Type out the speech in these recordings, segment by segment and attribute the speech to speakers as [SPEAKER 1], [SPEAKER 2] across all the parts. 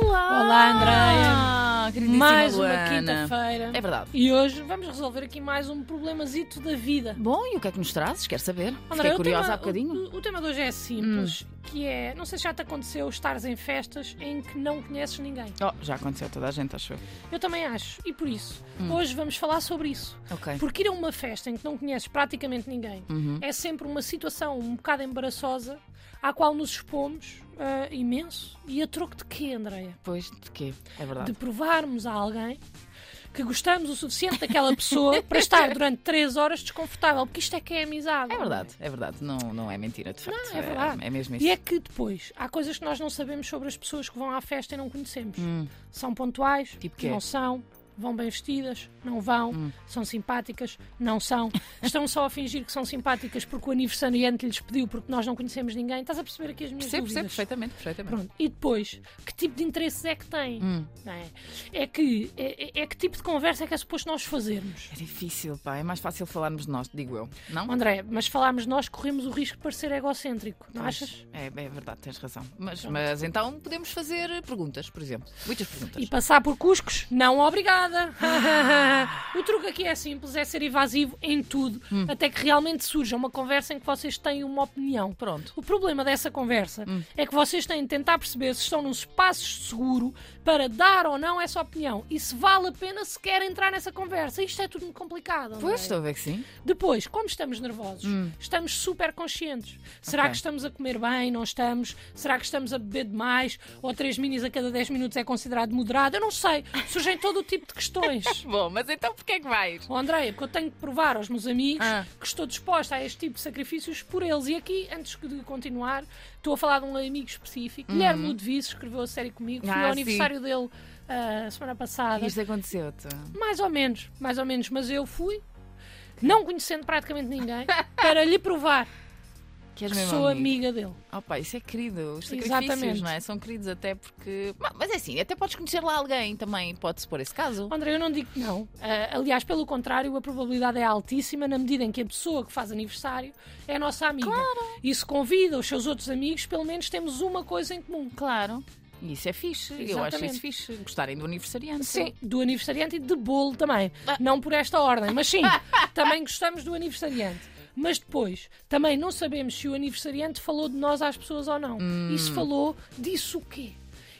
[SPEAKER 1] Olá, Andréia.
[SPEAKER 2] Ah, queridíssima
[SPEAKER 1] Mais uma
[SPEAKER 2] Luana.
[SPEAKER 1] quinta-feira.
[SPEAKER 2] É verdade.
[SPEAKER 1] E hoje vamos resolver aqui mais um problemazito da vida.
[SPEAKER 2] Bom, e o que é que nos trazes? Quero saber.
[SPEAKER 1] o
[SPEAKER 2] Fiquei curiosa
[SPEAKER 1] tema,
[SPEAKER 2] há bocadinho. Hum.
[SPEAKER 1] O, o tema de hoje é simples, que é, não sei se já te aconteceu estares em festas em que não conheces ninguém.
[SPEAKER 2] Oh, já aconteceu a toda a gente, acho eu.
[SPEAKER 1] Eu também acho, e por isso,
[SPEAKER 2] Hum.
[SPEAKER 1] hoje vamos falar sobre isso.
[SPEAKER 2] Ok.
[SPEAKER 1] Porque ir a uma festa em que não conheces praticamente ninguém
[SPEAKER 2] Uhum.
[SPEAKER 1] é sempre uma situação um bocado embaraçosa à qual nos expomos ah, imenso. E a troco de quê, Andréia?
[SPEAKER 2] Depois de quê? É verdade.
[SPEAKER 1] de provarmos a alguém que gostamos o suficiente daquela pessoa para estar durante três horas desconfortável, porque isto é que é amizade.
[SPEAKER 2] É verdade, é verdade. Não, não é mentira, de facto.
[SPEAKER 1] é verdade.
[SPEAKER 2] É, mesmo isso.
[SPEAKER 1] E é que depois há coisas que nós não sabemos sobre as pessoas que vão à festa e não conhecemos. São pontuais,
[SPEAKER 2] Hum. Tipo quê? Hum.
[SPEAKER 1] não são, vão bem vestidas, não vão, são simpáticas, não são, estão só a fingir que são simpáticas porque o aniversariante lhes pediu porque nós não conhecemos ninguém. Estás a perceber aqui as minhas
[SPEAKER 2] Percebo, percebo
[SPEAKER 1] dúvidas?
[SPEAKER 2] perfeitamente, perfeitamente.
[SPEAKER 1] Pronto. E depois, que tipo de interesses é que tem? Não é? É que, é, é que tipo de conversa é que é suposto nós fazermos?
[SPEAKER 2] É difícil, pá. É mais fácil falarmos de nós, digo eu. Não?
[SPEAKER 1] André, mas falarmos nós, corremos o risco de parecer egocêntrico, não achas?
[SPEAKER 2] É, é verdade, tens razão. Mas, mas então podemos fazer perguntas, por exemplo. Muitas perguntas.
[SPEAKER 1] E passar por cuscos? Não, obrigada!
[SPEAKER 2] Ah.
[SPEAKER 1] o truque aqui é simples, é ser evasivo em tudo,
[SPEAKER 2] Hum.
[SPEAKER 1] até que realmente surja uma conversa em que vocês têm uma opinião.
[SPEAKER 2] Pronto. Hum.
[SPEAKER 1] O problema dessa conversa é que vocês têm de tentar perceber se estão num espaço seguro para dar ou não essa opinião e se vale a pena sequer entrar nessa conversa. Isto é tudo muito complicado. Andréia.
[SPEAKER 2] Pois, estou a ver que sim.
[SPEAKER 1] Depois, como estamos nervosos, estamos super conscientes. Será
[SPEAKER 2] Hum. Ok.
[SPEAKER 1] que estamos a comer bem? Não estamos? Será que estamos a beber demais? Ou três minis a cada 10 minutos é considerado moderado? Eu não sei. Surgem todo o tipo de questões.
[SPEAKER 2] Bom, mas então porquê é que vais?
[SPEAKER 1] Oh, Andréia, porque eu tenho que provar aos meus amigos
[SPEAKER 2] Ah.
[SPEAKER 1] que estou disposta a este tipo de sacrifícios por eles. E aqui, antes de continuar, estou a falar de um amigo específico. Guilherme Ludovice escreveu a série comigo. Fui
[SPEAKER 2] Uhum. Ah,
[SPEAKER 1] ao
[SPEAKER 2] sim.
[SPEAKER 1] aniversário dele ah, semana passada.
[SPEAKER 2] Isto aconteceu-te.
[SPEAKER 1] Mais ou menos, mais ou menos, mas eu fui, não conhecendo praticamente ninguém, para lhe provar
[SPEAKER 2] Queres
[SPEAKER 1] que
[SPEAKER 2] mesmo
[SPEAKER 1] sou
[SPEAKER 2] amigo?
[SPEAKER 1] amiga dele.
[SPEAKER 2] Opa, isso é querido. Os sacrifícios,
[SPEAKER 1] Exatamente.
[SPEAKER 2] não é? São queridos até porque. Ma- Mas é assim, até podes conhecer lá alguém também, pode-se pôr esse caso.
[SPEAKER 1] André, eu não digo que não. Ah, aliás, pelo contrário, a probabilidade é altíssima na medida em que a pessoa que faz aniversário é a nossa amiga. Claro. E se convida os seus outros amigos, pelo menos temos uma coisa em comum.
[SPEAKER 2] Claro. E isso é fixe. Eu acho
[SPEAKER 1] Exatamente.
[SPEAKER 2] isso fixe. Gostarem do aniversariante.
[SPEAKER 1] Sim, do aniversariante e de bolo também.
[SPEAKER 2] Ah.
[SPEAKER 1] Não por esta ordem, mas sim, também gostamos do aniversariante. Mas depois, também não sabemos se o aniversariante falou de nós às pessoas ou não.
[SPEAKER 2] Hum.
[SPEAKER 1] E se falou, disse o quê?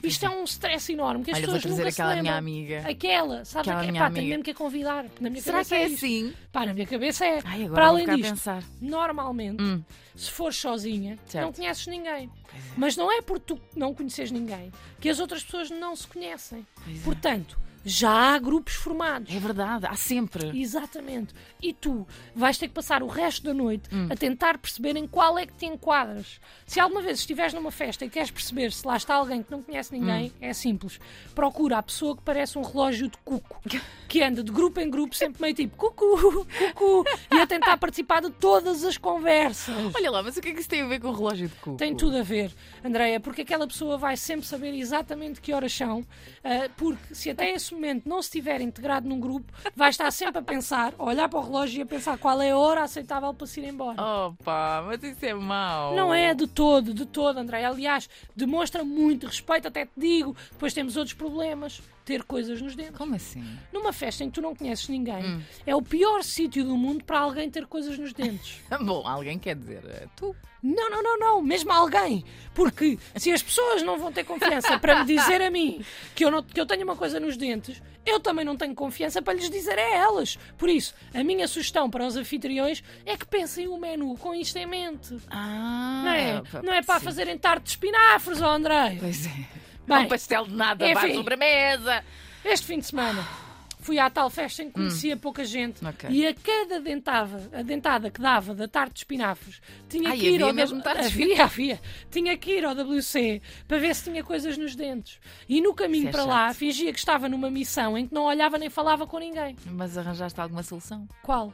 [SPEAKER 1] Isto é um stress enorme que as
[SPEAKER 2] Olha, vou
[SPEAKER 1] pessoas
[SPEAKER 2] trazer
[SPEAKER 1] nunca se
[SPEAKER 2] aquela minha
[SPEAKER 1] lembram.
[SPEAKER 2] amiga.
[SPEAKER 1] Aquela, sabe?
[SPEAKER 2] Aquela
[SPEAKER 1] Aquela
[SPEAKER 2] minha
[SPEAKER 1] Pá,
[SPEAKER 2] amiga.
[SPEAKER 1] tenho mesmo que a convidar. porque Na minha
[SPEAKER 2] Será que
[SPEAKER 1] cabeça
[SPEAKER 2] é
[SPEAKER 1] isto.
[SPEAKER 2] assim?
[SPEAKER 1] Pá, na minha cabeça é.
[SPEAKER 2] Ai, agora
[SPEAKER 1] Para
[SPEAKER 2] vou
[SPEAKER 1] além
[SPEAKER 2] ficar a
[SPEAKER 1] disto,
[SPEAKER 2] pensar.
[SPEAKER 1] normalmente, se fores sozinha,
[SPEAKER 2] Certo.
[SPEAKER 1] não conheces ninguém. Mas não é por tu não conheces ninguém que as outras pessoas não se conhecem. Portanto, já há grupos formados.
[SPEAKER 2] É verdade, há sempre.
[SPEAKER 1] Exatamente. E tu vais ter que passar o resto da noite a tentar perceber em qual é que te enquadras. Se alguma vez estiveres numa festa e queres perceber se lá está alguém que não conhece ninguém, é simples. Procura a pessoa que parece um relógio de cuco, que anda de grupo em grupo, sempre meio tipo cucu, cucu, e a tentar participar de todas as conversas.
[SPEAKER 2] Olha lá, mas o que é que isso tem a ver com o relógio de cu?
[SPEAKER 1] Tem tudo a ver, Andreia, porque aquela pessoa vai sempre saber exatamente que horas são, ah, porque se até esse momento não se tiver integrado num grupo, vai estar sempre a pensar, a olhar para o relógio e a pensar qual é a hora aceitável para se ir embora.
[SPEAKER 2] Opa, mas isso é mau.
[SPEAKER 1] Não é de todo, de todo, Andréia. Aliás, demonstra muito respeito, até te digo. Depois temos outros problemas, ter coisas nos dentes.
[SPEAKER 2] Como assim?
[SPEAKER 1] Numa festa em que tu não conheces ninguém, é o pior sítio do mundo para alguém ter coisas nos dentes.
[SPEAKER 2] Bom, alguém quer dizer, eh, tu.
[SPEAKER 1] Não, não, não, não, mesmo alguém. Porque se as pessoas não vão ter confiança para me dizer a mim que eu, não, que eu tenho uma coisa nos dentes, eu também não tenho confiança para lhes dizer a elas. Por isso, a minha sugestão para os anfitriões é que pensem o menu com isto em mente.
[SPEAKER 2] Ah,
[SPEAKER 1] Não é,
[SPEAKER 2] opa,
[SPEAKER 1] não é para
[SPEAKER 2] sim.
[SPEAKER 1] fazerem tarte de espinafres, ó André.
[SPEAKER 2] Pois é.
[SPEAKER 1] Bem,
[SPEAKER 2] um pastel de nada, vá
[SPEAKER 1] enfim.
[SPEAKER 2] sobremesa.
[SPEAKER 1] Este fim de semana fui à tal festa em que conhecia pouca gente
[SPEAKER 2] Hum. Ok.
[SPEAKER 1] e a cada dentava, a dentada que dava da tarte de espinafres tinha
[SPEAKER 2] Ai,
[SPEAKER 1] que ir
[SPEAKER 2] havia
[SPEAKER 1] ao
[SPEAKER 2] mesmo tarte de
[SPEAKER 1] havia, havia, tinha que ir ao WC para ver se tinha coisas nos dentes. E no
[SPEAKER 2] Isso
[SPEAKER 1] caminho
[SPEAKER 2] é
[SPEAKER 1] para
[SPEAKER 2] chato.
[SPEAKER 1] lá fingia que estava numa missão em que não olhava nem falava com ninguém.
[SPEAKER 2] Mas arranjaste alguma solução?
[SPEAKER 1] Qual?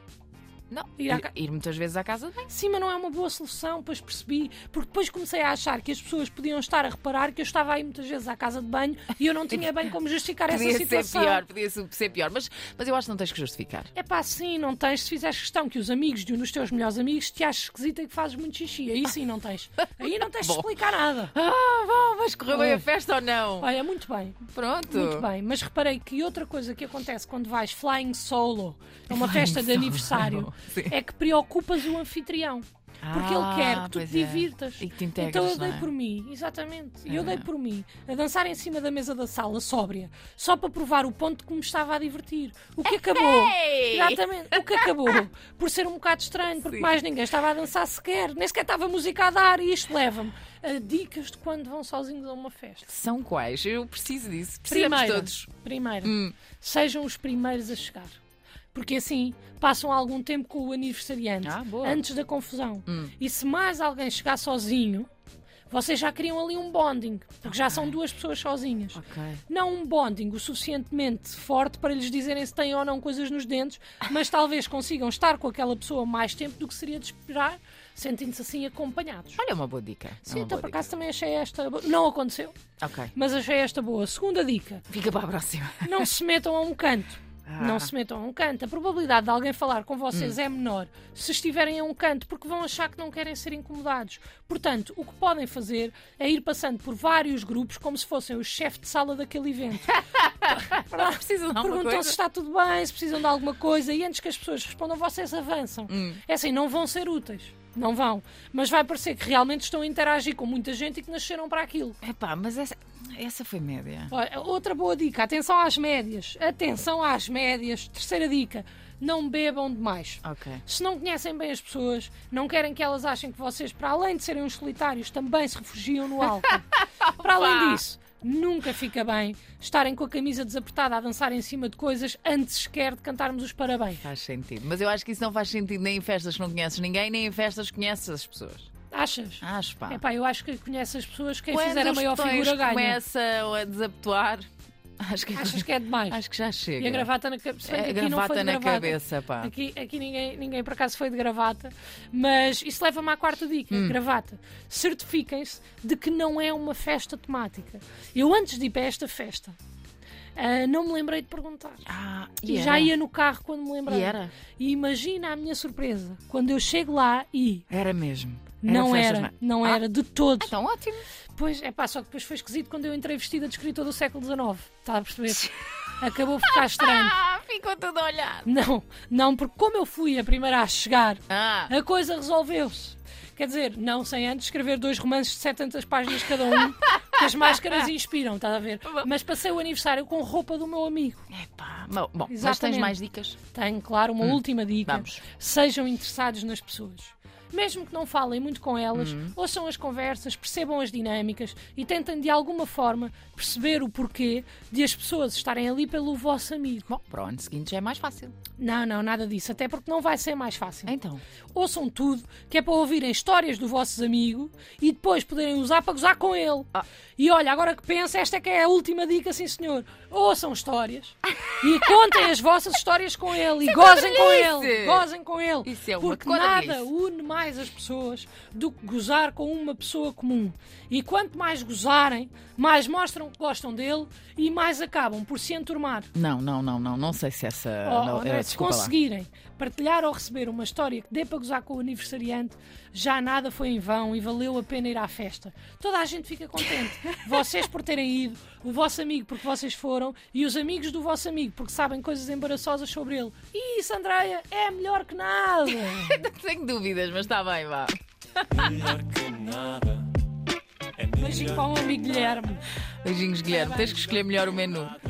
[SPEAKER 2] Não,
[SPEAKER 1] Ir à
[SPEAKER 2] ir,
[SPEAKER 1] ca-
[SPEAKER 2] ir muitas vezes à casa de banho.
[SPEAKER 1] Sim, mas não é uma boa solução, pois percebi, porque depois comecei a achar que as pessoas podiam estar a reparar que eu estava aí muitas vezes à casa de banho e eu não tinha bem como justificar essa
[SPEAKER 2] Podia ser
[SPEAKER 1] situação.
[SPEAKER 2] pior, podia su- ser pior, mas, mas eu acho que não tens que justificar.
[SPEAKER 1] É pá, sim, não tens. Se fizeres questão que os amigos de um dos teus melhores amigos te achem esquisita e que fazes muito xixi, aí sim não tens. Aí não tens de
[SPEAKER 2] Bom.
[SPEAKER 1] explicar nada.
[SPEAKER 2] Ah, bom, mas correu bem a
[SPEAKER 1] Oi.
[SPEAKER 2] festa ou não?
[SPEAKER 1] oh. Olha, é muito bem,
[SPEAKER 2] Pronto.
[SPEAKER 1] muito bem. Mas reparei que outra coisa que acontece quando vais flying solo a uma
[SPEAKER 2] Flying
[SPEAKER 1] festa de
[SPEAKER 2] solo.
[SPEAKER 1] aniversário
[SPEAKER 2] Sim.
[SPEAKER 1] é que preocupas o anfitrião. Porque
[SPEAKER 2] Ah,
[SPEAKER 1] ele quer que tu te
[SPEAKER 2] pois é.
[SPEAKER 1] divirtas.
[SPEAKER 2] E que te integres,
[SPEAKER 1] então eu
[SPEAKER 2] não
[SPEAKER 1] dei
[SPEAKER 2] é?
[SPEAKER 1] por mim, exatamente. E eu
[SPEAKER 2] É.
[SPEAKER 1] dei por mim a dançar em cima da mesa da sala, sóbria, só para provar o ponto que me estava a divertir. O que acabou.
[SPEAKER 2] Ei!
[SPEAKER 1] Exatamente. O que acabou por ser um bocado estranho, porque
[SPEAKER 2] Sim.
[SPEAKER 1] mais ninguém estava a dançar sequer, nem sequer estava música a dar, e isto leva-me a dicas de quando vão sozinhos a uma festa.
[SPEAKER 2] São quais? Eu preciso disso. Precisamos todos. Hum.
[SPEAKER 1] Primeiro, sejam os primeiros a chegar. Porque assim passam algum tempo com o aniversariante
[SPEAKER 2] Ah, boa. Hum.
[SPEAKER 1] antes da confusão. E se mais alguém chegar sozinho, vocês já criam ali um bonding, porque já são duas pessoas sozinhas.
[SPEAKER 2] Ok.
[SPEAKER 1] Não um bonding o suficientemente forte para lhes dizerem se têm ou não coisas nos dentes, mas talvez consigam estar com aquela pessoa mais tempo do que seria de esperar, sentindo-se assim acompanhados.
[SPEAKER 2] Olha, é uma boa dica. É
[SPEAKER 1] Sim,
[SPEAKER 2] uma
[SPEAKER 1] então
[SPEAKER 2] boa
[SPEAKER 1] por acaso também achei esta. bo- Não aconteceu,
[SPEAKER 2] dica. Ok.
[SPEAKER 1] mas achei esta boa. Segunda dica
[SPEAKER 2] Fica para a próxima.
[SPEAKER 1] não se metam a um canto.
[SPEAKER 2] Ah. Hum.
[SPEAKER 1] Não se metam a um canto. A probabilidade de alguém falar com vocês é menor se estiverem a um canto, porque vão achar que não querem ser incomodados. Portanto, o que podem fazer é ir passando por vários grupos, como se fossem o chefe de sala daquele evento.
[SPEAKER 2] Não precisam de alguma
[SPEAKER 1] Perguntam se
[SPEAKER 2] coisa.
[SPEAKER 1] está tudo bem, se precisam de alguma coisa, e antes que as pessoas respondam, vocês avançam.
[SPEAKER 2] Hum.
[SPEAKER 1] É assim, não vão ser úteis. Não vão. Mas vai parecer que realmente estão a interagir com muita gente e que nasceram para aquilo.
[SPEAKER 2] Epá, mas essa, essa foi média.
[SPEAKER 1] Olha, outra boa dica, atenção às médias. Atenção às médias. Terceira dica, não bebam demais.
[SPEAKER 2] Ok.
[SPEAKER 1] Se não conhecem bem as pessoas, não querem que elas achem que vocês, para além de serem uns solitários, também se refugiam no álcool. para além disso, nunca fica bem estarem com a camisa desapertada a dançar em cima de coisas antes sequer de cantarmos os parabéns.
[SPEAKER 2] Faz sentido. Mas eu acho que isso não faz sentido nem em festas que não conheces ninguém, nem em festas que conheces as pessoas.
[SPEAKER 1] Achas?
[SPEAKER 2] Acho, pá.
[SPEAKER 1] É pá, eu acho que conhece as pessoas, quem
[SPEAKER 2] Ah. Quando
[SPEAKER 1] fizer a
[SPEAKER 2] os
[SPEAKER 1] maior
[SPEAKER 2] botões
[SPEAKER 1] figura ganha.
[SPEAKER 2] começam a desabotoar, acho que,
[SPEAKER 1] Achas que é demais?
[SPEAKER 2] acho que já chega.
[SPEAKER 1] E a gravata na cabeça.
[SPEAKER 2] É, a
[SPEAKER 1] aqui não foi
[SPEAKER 2] gravata
[SPEAKER 1] de
[SPEAKER 2] na
[SPEAKER 1] gravata.
[SPEAKER 2] cabeça, pá.
[SPEAKER 1] Aqui, aqui ninguém, ninguém por acaso foi de gravata, mas isso leva-me à quarta dica:
[SPEAKER 2] Hum.
[SPEAKER 1] gravata. Certifiquem-se de que não é uma festa temática. Eu, antes de ir para esta festa, ah, não me lembrei de perguntar.
[SPEAKER 2] Ah,
[SPEAKER 1] E
[SPEAKER 2] era?
[SPEAKER 1] já ia no carro quando me lembrei.
[SPEAKER 2] E era?
[SPEAKER 1] E imagina a minha surpresa quando eu chego lá e.
[SPEAKER 2] Era mesmo.
[SPEAKER 1] não
[SPEAKER 2] festas
[SPEAKER 1] era,
[SPEAKER 2] ma-
[SPEAKER 1] não
[SPEAKER 2] Ah,
[SPEAKER 1] era de todo.
[SPEAKER 2] Então ótimo.
[SPEAKER 1] Pois, é pá, só que depois foi esquisito quando eu entrei vestida de escritor do século XIX. Está a perceber? Acabou por ficar estranho.
[SPEAKER 2] Ah, ficou tudo a olhar.
[SPEAKER 1] Não, não, porque como eu fui a primeira a chegar,
[SPEAKER 2] Ah,
[SPEAKER 1] a coisa resolveu-se. Quer dizer, não sem antes escrever dois romances de 700 páginas cada um, que as máscaras inspiram, estás a ver? Mas passei o aniversário com roupa do meu amigo.
[SPEAKER 2] epá. Bom, bom mas tens
[SPEAKER 1] Ah. Exatamente.
[SPEAKER 2] mais dicas?
[SPEAKER 1] Tenho, claro, uma última dica.
[SPEAKER 2] Vamos.
[SPEAKER 1] Sejam interessados nas pessoas. Mesmo que não falem muito com elas, ouçam as conversas, percebam as dinâmicas e tentem de alguma forma perceber o porquê de as pessoas estarem ali pelo vosso amigo.
[SPEAKER 2] Bom, para o ano seguinte já é mais fácil.
[SPEAKER 1] Não, não, nada disso, até porque não vai ser mais fácil.
[SPEAKER 2] Então.
[SPEAKER 1] ouçam tudo, que é para ouvirem histórias do vossos amigo e depois poderem usar para gozar com ele.
[SPEAKER 2] Ah.
[SPEAKER 1] E olha, agora que penso, esta é que é a última dica, sim senhor. Ouçam histórias e contem as vossas histórias com ele e gozem com
[SPEAKER 2] quadrilhice!
[SPEAKER 1] ele. Gozem com ele.
[SPEAKER 2] é Isso é uma
[SPEAKER 1] porque
[SPEAKER 2] quadrilhice.
[SPEAKER 1] nada une mais as pessoas do que gozar com uma pessoa comum. E quanto mais gozarem, mais mostram que gostam dele e mais acabam por se enturmar.
[SPEAKER 2] Não, não, não, não. Não sei se essa.
[SPEAKER 1] Oh,
[SPEAKER 2] não,
[SPEAKER 1] André,
[SPEAKER 2] eh,
[SPEAKER 1] se
[SPEAKER 2] desculpa lá.
[SPEAKER 1] conseguirem partilhar ou receber uma história que dê para gozar com o aniversariante, já nada foi em vão e valeu a pena ir à festa. Toda a gente fica contente. vocês por terem ido, o vosso amigo porque vocês foram e os amigos do vosso amigo porque sabem coisas embaraçosas sobre ele. E isso, Andréia, é melhor que nada.
[SPEAKER 2] Tenho dúvidas, mas está bem, vá.
[SPEAKER 3] melhor que nada. É
[SPEAKER 1] Beijinho para um amigo Guilherme.
[SPEAKER 2] Beijinhos, Guilherme. Tens que escolher melhor o menu.